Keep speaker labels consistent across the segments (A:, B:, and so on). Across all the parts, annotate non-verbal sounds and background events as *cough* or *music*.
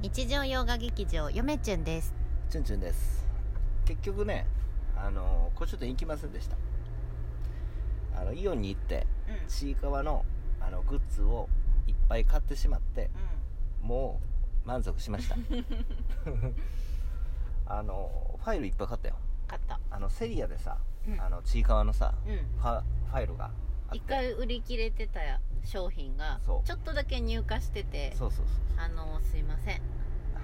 A: 日常洋画劇場よめちゅんです
B: チュンチュンです結局ねあのー、これちょっと行きませんでしたあのイオンに行って
A: うんうん
B: ちいかわのあのグッズをいっぱい買ってしまってもう満足し
A: *laughs*
B: ましたあのファイルいっぱい買ったよ
A: 買った
B: あのセリアでさ、
A: うん
B: あのちいかわのさ、
A: うん
B: ファファイルがあって
A: 一回売り切れてた商品が
B: そう
A: ちょっとだけ入荷してて
B: そうそうそう
A: あのすいません
B: は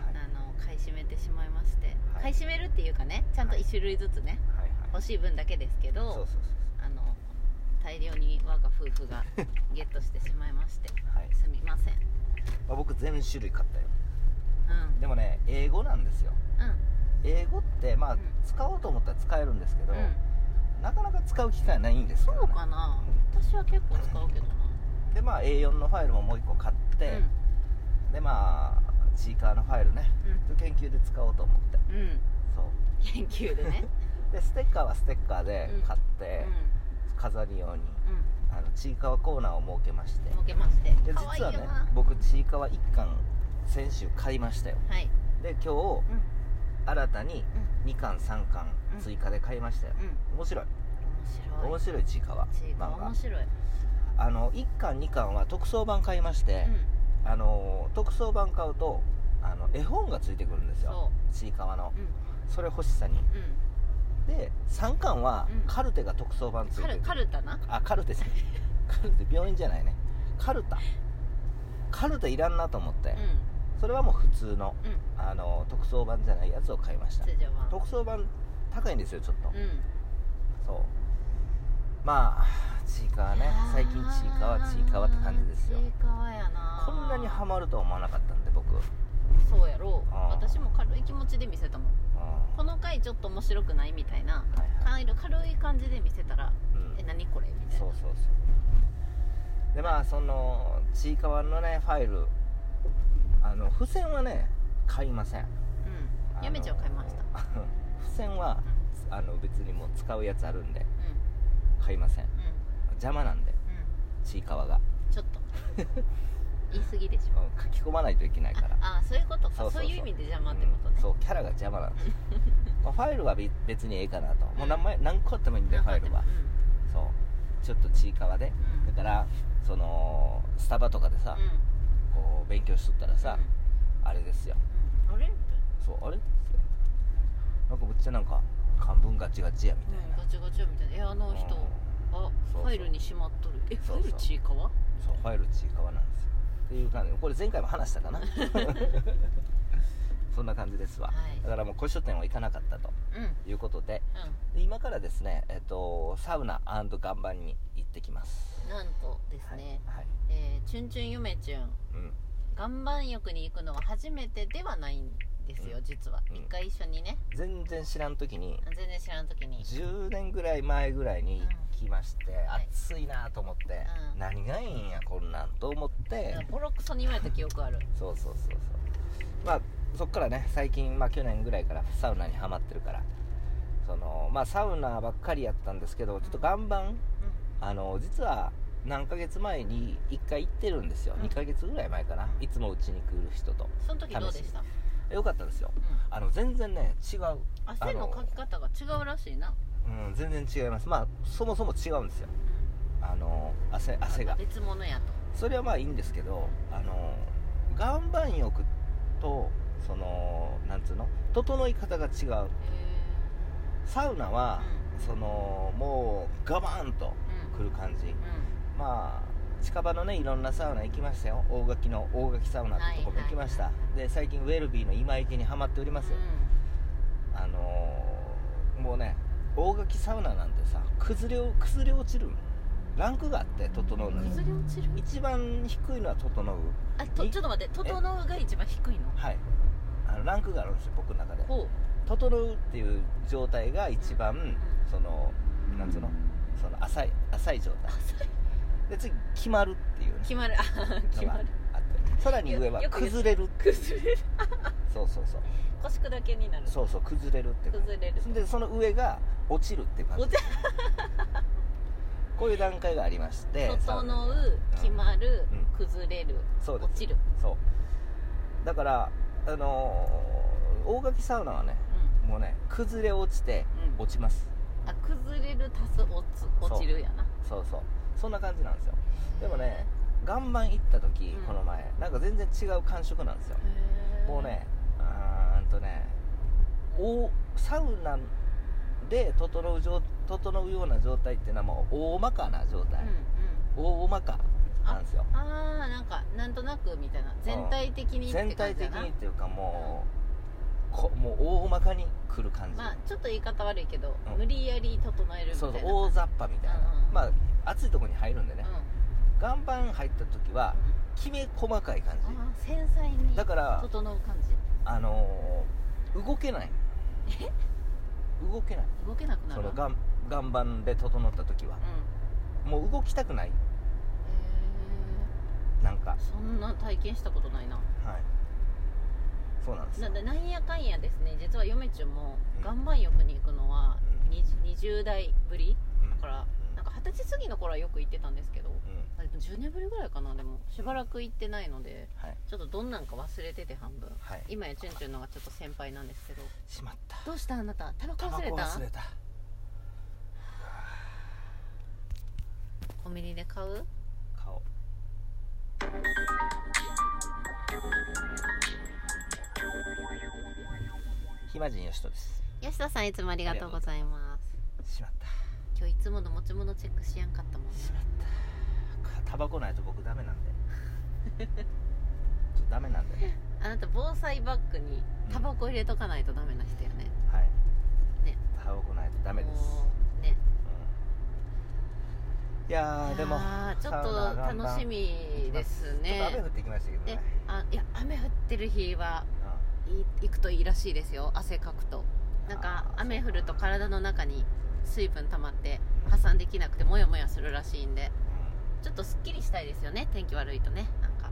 A: あ
B: いはい
A: の買い占めてしまいまして、
B: はい
A: 買い占めるっていうかねちゃんと1種類ずつね
B: はい
A: 欲しい分だけですけ
B: そうそう
A: ど
B: そう
A: あの大量に我が夫
B: *laughs*
A: 婦がゲットしてしまいまして
B: そうはい、
A: すみません
B: まあ、僕全種類買ったよ
A: うん
B: でもね英語なんですよ
A: う
B: 英語ってまあ、
A: うん
B: 使おうと思ったら使えるんですけど、
A: ん、うん、
B: なかなか使う機会ないんですよ、ね、
A: そうかな私は結構使うけどな
B: でまあ A4 のファイルももう一個買って、でまあチーカーのファイルね研究で使おうと思って
A: うん、うん、
B: そう
A: 研究でね
B: でステッカーはステッカー *laughs* で買って、飾るよう
A: うん
B: に
A: う
B: あのちいかわコーナーを設けまして
A: ん儲けまして
B: で
A: 可愛い
B: 実
A: よ
B: はね
A: な
B: 僕ちいかわ1巻先週買いましたよ
A: はい
B: で今日
A: うん
B: 新たに2巻3巻
A: うん
B: 追加で買いましたよ
A: うん
B: 面白い
A: 面白
B: 面
A: い
B: 白いちいかわ
A: ちいかわ
B: 漫画
A: 面白い、
B: あの1巻2巻は特装版買いまして、
A: うん
B: あの特装版買うとあの絵本がついてくるんですよ
A: そ
B: ちいかわの
A: うう
B: それ欲しさに
A: んうん
B: で3巻は
A: うん
B: カルテが特装版つい
A: カ
B: て
A: ル
B: る
A: カルタな
B: あカルテですね
A: *laughs*
B: カルテ病院じゃないねカルタカルテいらんなと思って、
A: うん
B: それはもう普通の
A: うん
B: あの特装版じゃないやつを買いました
A: 通常版
B: 特装版高いんですよちょっと、
A: うん
B: そうまあちいかわね最近ちいかわちいかわって感じですよ
A: ちいかわやな
B: こんなにハマるとは思わなかったんで僕、うん、
A: そうやろ
B: あー
A: 私も軽い気持ちで見せたもん
B: は
A: この回ちょっと面白くないみたいない
B: はい、
A: 軽い軽い感じで見せたら
B: うん
A: え何これみたい
B: そうそうそうでまあそのちいかわのねファイルあの付箋はね買いません
A: なうんやめちゃう買いました
B: あの付箋はあの別にもう使うやつあるんで
A: うん
B: 買いません
A: う
B: 邪魔なんで
A: んう
B: ちいかわが、
A: んちょっ
B: *laughs*
A: と言い過ぎでしょ
B: うん書き込まないといけないから
A: ああそういうことか
B: そ
A: そう
B: そううそ
A: い
B: う
A: う意味で邪魔ってことね、
B: うんそうキャラが邪魔なんですよまあファイルはべ別にええかなともう名前何個あってもいいんだよファイルはそうちょっとちいかわで
A: うんうん
B: だからそのスタバとかでさ、
A: うん
B: こう勉強しとったらさ、あれですよ
A: うんあれ
B: そうあれなんかむっちゃなんか漢文ガチガチやみたい
A: うん
B: な、
A: ガチャガチャみたいなえあの人
B: うん
A: あ
B: そう
A: ファイルにしまっとるえ
B: そうそう
A: ファイルちいかわ
B: そうファイルちいかわなんですよっていう感じこれ前回も話した
A: *laughs*
B: かなそんな感じですわ、
A: はい
B: だからもう古書店は行かなかったと
A: うんうん
B: いうことでで今からですねえっとサウナ岩盤に行ってきます
A: なんとですね、
B: はい、はい
A: えーチュンチュンゆめちゅん
B: うん
A: 岩盤浴に行くのは初めてではないんですよ、
B: うん
A: 実は
B: うん
A: 一回一緒にね
B: 全然知らん時に
A: 全然知らん時に
B: 10年ぐらい前ぐらいに来まして、
A: はい
B: 暑いなと思って、
A: うん
B: 何がいいんやこんなんと思って、
A: ボロクソに言われた記憶ある
B: そうそうそうそうまあそっからね最近、まあ、去年ぐらいからサウナにはまってるからそのまあサウナばっかりやったんですけどちょっと岩盤あの実は何ヶ月前に1回行ってるんですよ、
A: うん
B: 2ヶ月ぐらい前かないつもうちに来る人と
A: その時どうでした、
B: よかったですよ
A: うん、
B: あの全然ね違う、
A: 汗のかき方が違うらしいな、
B: うん、全然違いますまあそもそも違うんですよ
A: うん
B: あの汗汗が
A: 別物やと
B: それはまあいいんですけどあの岩盤浴とそのなんつうの整い方が違う
A: へ
B: サウナは、そのもうガバーンと
A: えうん
B: くる感じ
A: うん
B: まあ近場のねいろんなサウナ行きましたよ大垣の大垣サウナってとこも行きました、
A: はいはい
B: で最近ウェルビーの今池にハマっておりますよ、あのーもうね大垣サウナなんてさ崩れを崩れ落ちるランクがあって整う
A: う
B: の
A: ん、
B: に
A: 崩れ落ちる
B: 一番低いのは整う
A: あとちょっと待って「整う」が一番低いの
B: はいあのランクがあるんですよ僕の中で
A: ほ
B: 整うっていう状態が一番そのなんつうのその浅い浅い状態で次決まるってい
A: う
B: うね
A: 決まるあー決
B: のが
A: まる
B: あってさらに上は
A: よよく言う
B: 崩れる
A: 崩れる
B: そうそうそう
A: 腰砕けになる
B: そうそう崩れるって感じ
A: 崩れる
B: でその上が落ちるって感じ
A: 落ち
B: こういう段階がありましてサウナ
A: 整
B: には
A: う決まる、
B: うん
A: 崩れる
B: そうです
A: 落ちる
B: そうだからあのー大垣サウナはねもうね崩れ落ちて
A: うん
B: 落ちます
A: あ崩れる足す落ち落ちるやな
B: そうそうそんな感じなんですよでもね岩盤行った時、
A: うん
B: この前なんか全然違う感触なんですよ
A: へー
B: もうねうーんとねおサウナで整う状整うような状態っていうのはもう大まかな状
A: うん
B: 態、
A: うん
B: 大まかなんですよ
A: あーなんかなんとなくみたいな全体的にって感
B: 全
A: じだな
B: 体的にっていうかもう、こもう大まかに来る感じ、
A: まあちょっと言い方悪いけど、
B: うん
A: 無理やり整えるみた
B: そ
A: いうな
B: そう大雑把みたいな、
A: うんうん
B: まあ暑いとこに入るんでね、岩盤入った時は
A: う
B: きめ細かい感じ
A: ん、あー繊細に
B: だから
A: 整う感じ
B: あのー動けない動けない
A: 動けなくな
B: そ
A: る
B: の
A: が
B: 岩岩盤で整った時は
A: うんへ
B: もう動きたくないなんか
A: ーそんな体験したことないな
B: はいそうなんです
A: な
B: よ
A: んでなんやかんやですね実は嫁中も
B: うん
A: 岩盤浴に行くのは
B: うん
A: に20代ぶり
B: うん
A: だから
B: うん
A: なんか二十歳過ぎの頃はよく行ってたんですけど
B: うん
A: あでも10年ぶりぐらいかなでもしばらく行ってないので
B: はい
A: ちょっとどんなんか忘れてて半分
B: はい
A: 今やチュンチュンのがちょっと先輩なんですけど
B: しまった
A: どうしたあなたタバコ
B: タ
A: 忘
B: バ
A: れ
B: コ
A: た
B: 忘れた
A: コンビニで買う *laughs*
B: 顔暇人よしとです
A: 吉田さんいつもありがとうございます
B: しまった
A: 今日いつもの持ち物チェックしやんかったもん
B: しまったかタバコないと僕ダメなんでちょっとダメなんでね
A: あなた防災バッグにタバコ入れとかないとダメな人やね
B: はい
A: ね
B: タバコないとダメです、
A: もうね
B: うんいやーでも
A: あーちょっと楽しみです
B: ちょっと雨降
A: ね
B: ってきましたけど
A: で
B: ね、
A: あいや雨降ってる日は
B: うん
A: い行くといいらしいですよ汗かくとなんか
B: あー
A: 雨降ると体の中に水分溜まって
B: うん
A: 破産できなくてモヤモヤするらしいんで
B: うん
A: ちょっとすっきりしたいですよね天気悪いとねなんか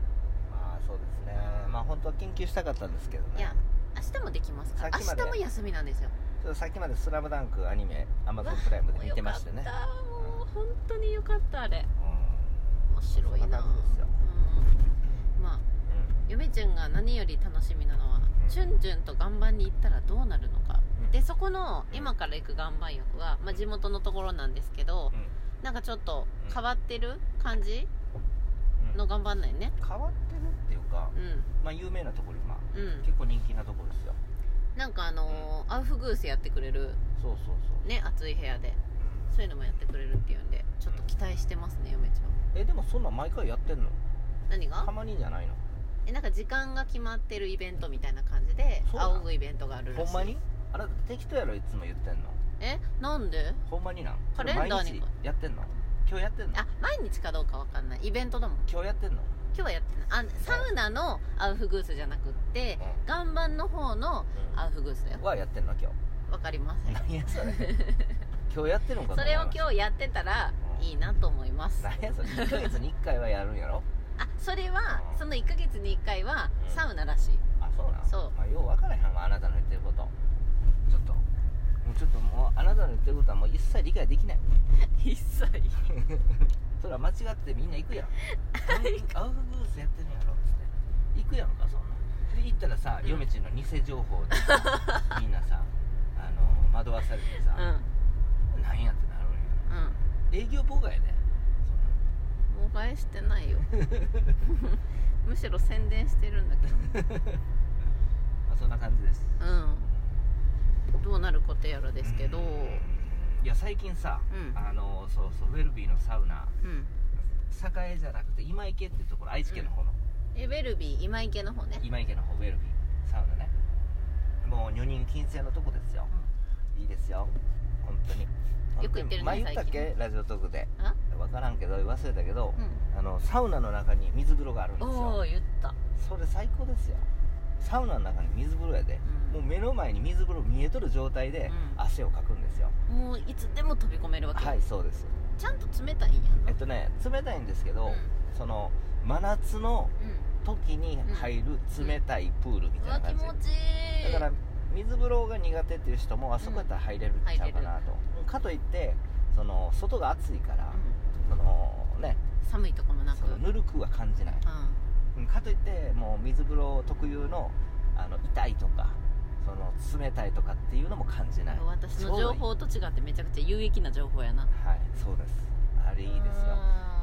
B: まあそうですねまあ本当は研究したかったんですけどね
A: いや明日もできますから
B: さっきまで
A: 明日も休みなんですよ
B: ちょっとさっきまで「スラムダンクアニメ Amazon プライムで見てまして
A: よ
B: ね
A: かったもう本当によかったあれ面
B: うん
A: 白い
B: そん
A: な
B: な感じですよ、
A: うんまあ嫁ちゃんが何より楽しみなのは
B: うん
A: チュンチュンと岩盤に行ったらどうなるのか
B: うん
A: でそこの今から行く岩盤浴は、まあ、地元のところなんですけど、なんかちょっと変わってる感じ
B: うん
A: の岩盤内ね
B: 変わってるっていうか、
A: う
B: まあ有名なところ今
A: んうん
B: 結構人気なところですよ
A: なんかあのーアウフグースやってくれる
B: そうそうそう、
A: ね暑い部屋で
B: うん
A: そういうのもやってくれるっていうんでちょっと期待してますね嫁ちゃん
B: えでもそんなん毎回やってんの
A: 何が
B: たまにじゃないの
A: えなんか時間が決まってるイベントみたいな感じで
B: そうなの
A: 仰ぐイベントがあるらしい
B: ほんまにあれ適当やろいつも言ってんの
A: えなんで
B: ほんまになん
A: カレンダーに
B: 毎日やってんの今日やってんの
A: あ毎日かどうかわかんないイベントだもん
B: 今日やってんの、う
A: 今日はやってないあサウナのアウフグースじゃなくって
B: ん
A: 岩盤の方の
B: うん
A: アウフグースだよ
B: はやってんの今
A: わかりませ
B: 日
A: ん
B: 何やそれ今日やってるのかと
A: そ
B: 思い
A: れを
B: ました
A: 今日やってたら
B: うん
A: いいなと思います
B: 何やそれ1ヶ月に1回はやるん
A: *laughs*
B: やろ
A: あそれは
B: うん
A: その1ヶ月に1回は
B: うん
A: サウナらしい
B: あそうなん
A: そう
B: まあ、よう分からへんわあなたの言ってることちょっともうちょっともうあなたの言ってることはもう一切理解できない
A: 一切
B: それは間違ってみんな行くやんアウフアウフグースやってるんやろっつって行くやんかそんなんで行ったらさ、
A: うん
B: 嫁ちんの偽情報で
A: *laughs*
B: みんなさあの惑わされて
A: うんう
B: さ、なんやってなるん
A: ん
B: や営業妨害やで
A: もう返してない
B: *laughs*
A: よ *laughs* むしろ宣伝してるんだけど
B: そんなん、まあ、そんな感じです
A: うんどうなることやらですけど
B: うんいや最近さ、
A: うん
B: あのそうそうウェルビーのサウナ
A: うん
B: 栄じゃなくて今池ってところ愛知県の方の、
A: えウェルビー今池の方ね
B: 今池の方ウェルビーサウナねもう女人禁制のとこですよ、いいですよ本当に
A: よく行ってるね
B: 前言ったっけラジオトークで
A: あ
B: 分からんけど忘れたけど、
A: う
B: あのサウナの中に水風呂があるんです
A: んおお
B: よ
A: 言った
B: それ最高ですよサウナの中に水風呂やで、
A: うん
B: もう目の前に水風呂見えとる状態で
A: うん
B: 汗をかくんですよ、
A: もういつでも飛び込めるわけ
B: はいそうです
A: ちゃんと冷たいんやんな
B: えっとね冷たいんですけど、
A: うん
B: その真夏の時に入る冷たいプールみ
A: うんう
B: た
A: わ
B: いな
A: 気
B: 感じ、
A: 持ちいい
B: だから水風呂が苦手っていう人もあそこやったら入れるんちゃうかなと、かといってその外が暑いから、
A: う
B: そのね
A: ん寒いとこもなく
B: そのぬるくは感じない、
A: うん
B: うんかといってもう水風呂特有のああの痛いとかその冷たいとかっていうのも感じない
A: 私の情報と違ってめちゃくちゃ有益な情報やな
B: はいそうですあれいいですよ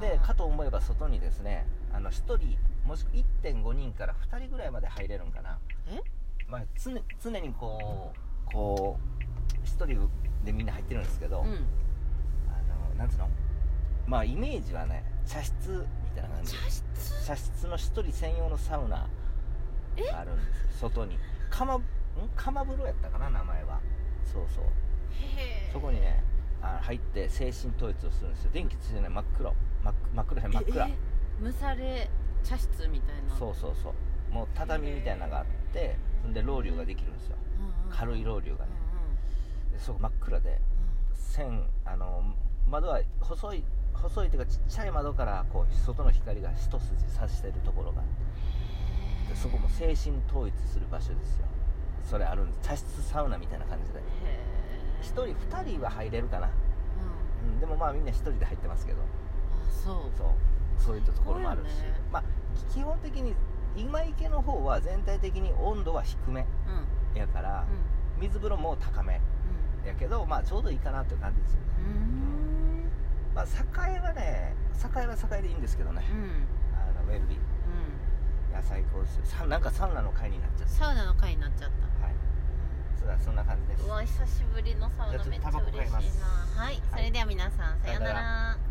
B: でかと思えば外にですねあの1人もしくは1.5人から2人ぐらいまで入れるんかな
A: え
B: まあ、常常にこうこう1人でみんな入ってるんですけど、
A: う
B: あ
A: ん
B: のなんつうのまあイメージはね茶室みたいな感じ
A: 茶室
B: 茶室の1人専用のサウナがあるんですよ外に釜ん釜風呂やったかな名前はそうそう
A: へえ
B: そこにねあ入って精神統一をするんですよ電気ついてない真っ黒真っ真っ黒へん真っ暗
A: ええ蒸され茶室みたいな
B: そうそうそうもう畳みたいなのがあってそんでロウリュができるんですよ
A: うんうん、
B: 軽いロウリュが
A: うん
B: ねでそこ真っ暗で線あの窓は細い細いというかちっちゃい窓からこう外の光が一筋差してるところがあってそこも精神統一する場所ですよそれあるんです茶室サウナみたいな感じで
A: うんへえ
B: 1人2人は入れるかな、
A: うん
B: うん、でもまあみんな1人で入ってますけど
A: あそう
B: そうそういったところもあるし、
A: そうよね
B: まあ基本的に今池の方は全体的に温度は低め
A: うんうん
B: やから、水風呂も高めやけどまあちょうどいいかなっていう感じですよね、
A: うん
B: まあ栄はね栄は栄でいいんですけどね
A: うんうん
B: あのウェルビー
A: う
B: が最高ですよさなんかサウナの会になっちゃ
A: んサウナの回になっちゃっ
B: うはい
A: た
B: それはそんな感じです
A: うわ久しぶりのサウ
B: じゃ
A: ナ
B: あちょっ
A: め
B: と
A: っちゃ
B: タバコ
A: 嬉しい
B: 買います
A: なはいそれでは皆さんさような
B: さような
A: ら